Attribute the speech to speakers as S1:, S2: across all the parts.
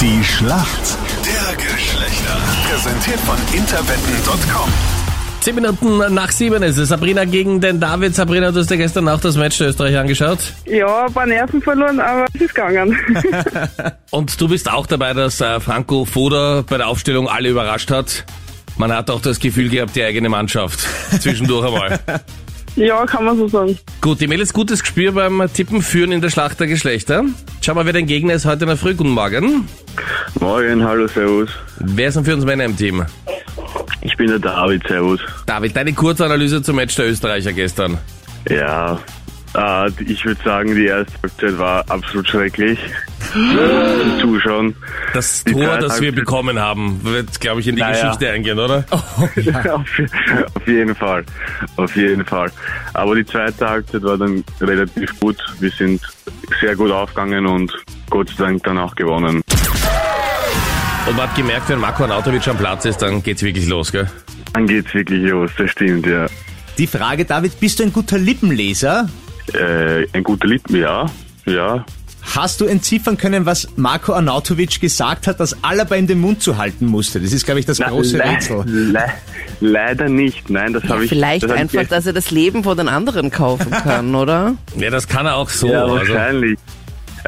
S1: Die Schlacht der Geschlechter. Präsentiert von interwetten.com.
S2: Zehn Minuten nach sieben ist es. Sabrina gegen den David. Sabrina, du hast dir gestern auch das Match der Österreicher angeschaut.
S3: Ja, ein paar Nerven verloren, aber es ist gegangen.
S2: Und du bist auch dabei, dass äh, Franco Foda bei der Aufstellung alle überrascht hat. Man hat auch das Gefühl gehabt, die eigene Mannschaft. Zwischendurch einmal.
S3: ja, kann man so sagen.
S2: Gut, die Mädels gutes Gespür beim Tippen führen in der Schlacht der Geschlechter. Schau mal, wer dein Gegner ist heute in der Früh. Guten Morgen.
S4: Morgen, hallo, servus.
S2: Wer ist denn für uns Männer im Team?
S4: Ich bin der David, servus.
S2: David, deine kurze Analyse zum Match der Österreicher gestern.
S4: Ja, äh, ich würde sagen, die erste Halbzeit war absolut schrecklich. Zum Zuschauen.
S2: Das
S4: Die
S2: Tor,
S4: drei
S2: das wir
S4: Halbzeit-
S2: bekommen haben, wird, glaube ich, in die
S4: Naja.
S2: Geschichte eingehen, oder?
S4: auf, auf jeden Fall, auf jeden Fall. Aber die zweite Halbzeit war dann relativ gut. Wir sind sehr gut aufgegangen und Gott sei Dank dann auch gewonnen.
S2: Und man hat gemerkt, wenn Marco Arnautovic am Platz ist, dann geht's wirklich los, gell?
S4: Dann geht's wirklich los, das stimmt, ja.
S5: Die Frage, David, bist du ein guter Lippenleser?
S4: Äh, ein guter Lippen, ja, ja.
S5: Hast du entziffern können, was Marco Arnautovic gesagt hat, dass Alaba ihm den Mund zu halten musste? Das ist, glaube ich, das große
S4: le-
S5: Rätsel.
S4: Le leider nicht, nein, das habe ich.
S6: Vielleicht
S4: das hab ich
S6: einfach,
S4: gestern-
S6: dass er das Leben von den anderen kaufen kann, oder?
S2: Ja, das kann er auch so.
S4: Ja,
S2: also,
S4: wahrscheinlich.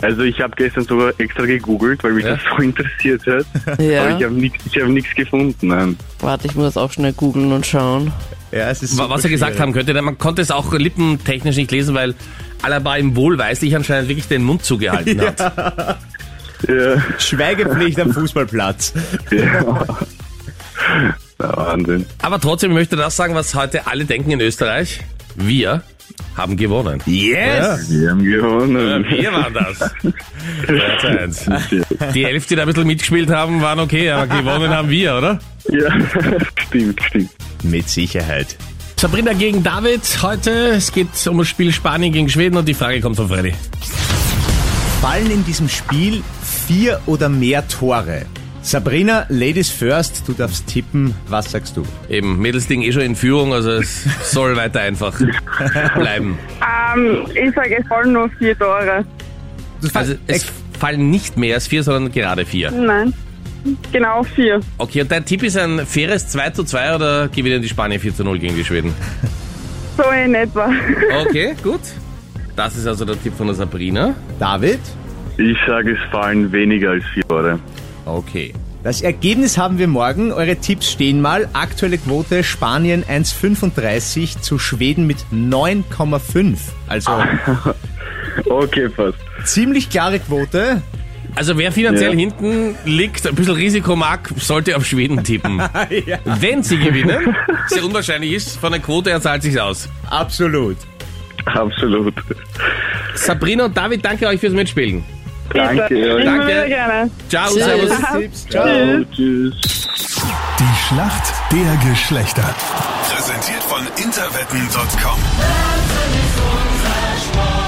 S4: Also ich habe gestern sogar extra gegoogelt, weil mich
S2: Ja.
S4: das so interessiert hat. Aber
S6: Ja.
S4: ich habe nichts ich hab nix gefunden. Nein.
S6: Warte, ich muss das auch schnell googeln und schauen.
S5: Ja, es ist
S2: wa-
S5: super
S2: was er gesagt
S5: schwierig.
S2: haben könnte, denn man konnte es auch lippentechnisch nicht lesen, weil Alaba ihm wohlweislich anscheinend wirklich den Mund zugehalten hat.
S4: Ja.
S5: Schweigepflicht am Fußballplatz.
S4: ja. Na, Wahnsinn.
S2: Aber trotzdem ich möchte das sagen, was heute alle denken in Österreich. Wir haben gewonnen.
S5: Yes!
S4: Wir haben gewonnen.
S2: Wir waren das. 3 zu 1. Die elf, die da ein bisschen mitgespielt haben, waren okay, aber gewonnen haben wir, oder?
S4: Ja, stimmt, stimmt.
S5: Mit Sicherheit.
S2: Sabrina gegen David heute. Es geht um das Spiel Spanien gegen Schweden und die Frage kommt von Freddy.
S5: Fallen in diesem Spiel vier oder mehr Tore? Sabrina, Ladies first, du darfst tippen. Was sagst du?
S2: Eben, Mädelsding eh schon in Führung, also es soll weiter einfach bleiben.
S3: Ähm, ich sage, es fallen nur vier Tore.
S2: Also es fallen nicht mehr als vier, sondern gerade vier.
S3: Nein. Genau vier.
S2: Okay, und dein Tipp ist ein faires 2 zu 2 oder gewinnen die Spanier 4 zu 0 gegen die Schweden?
S3: So eh in etwa.
S2: Okay, gut. Das ist also der Tipp von der Sabrina.
S5: David?
S4: Ich sage, es fallen weniger als vier Tore.
S5: Okay. Das Ergebnis haben wir morgen. Eure Tipps stehen mal. Aktuelle Quote Spanien 1,35 zu Schweden mit 9,5. Also
S4: Okay, passt.
S5: ziemlich klare Quote.
S2: Also wer finanziell
S4: Ja.
S2: hinten liegt, ein bisschen Risiko mag, sollte auf Schweden tippen. Wenn sie gewinnen, sehr unwahrscheinlich ist, von der Quote her zahlt sich's aus.
S5: Absolut.
S4: Absolut.
S2: Sabrina und David, danke euch fürs Mitspielen.
S4: Danke.
S3: Ich
S4: Ja.
S2: Danke.
S3: würde gerne.
S2: Ciao,
S6: Tschüss.
S2: servus.
S5: Tipps. Ciao.
S4: Tschüss.
S1: Die Schlacht der Geschlechter. Präsentiert von interwetten.com.
S7: Tanzen ist unser Sport.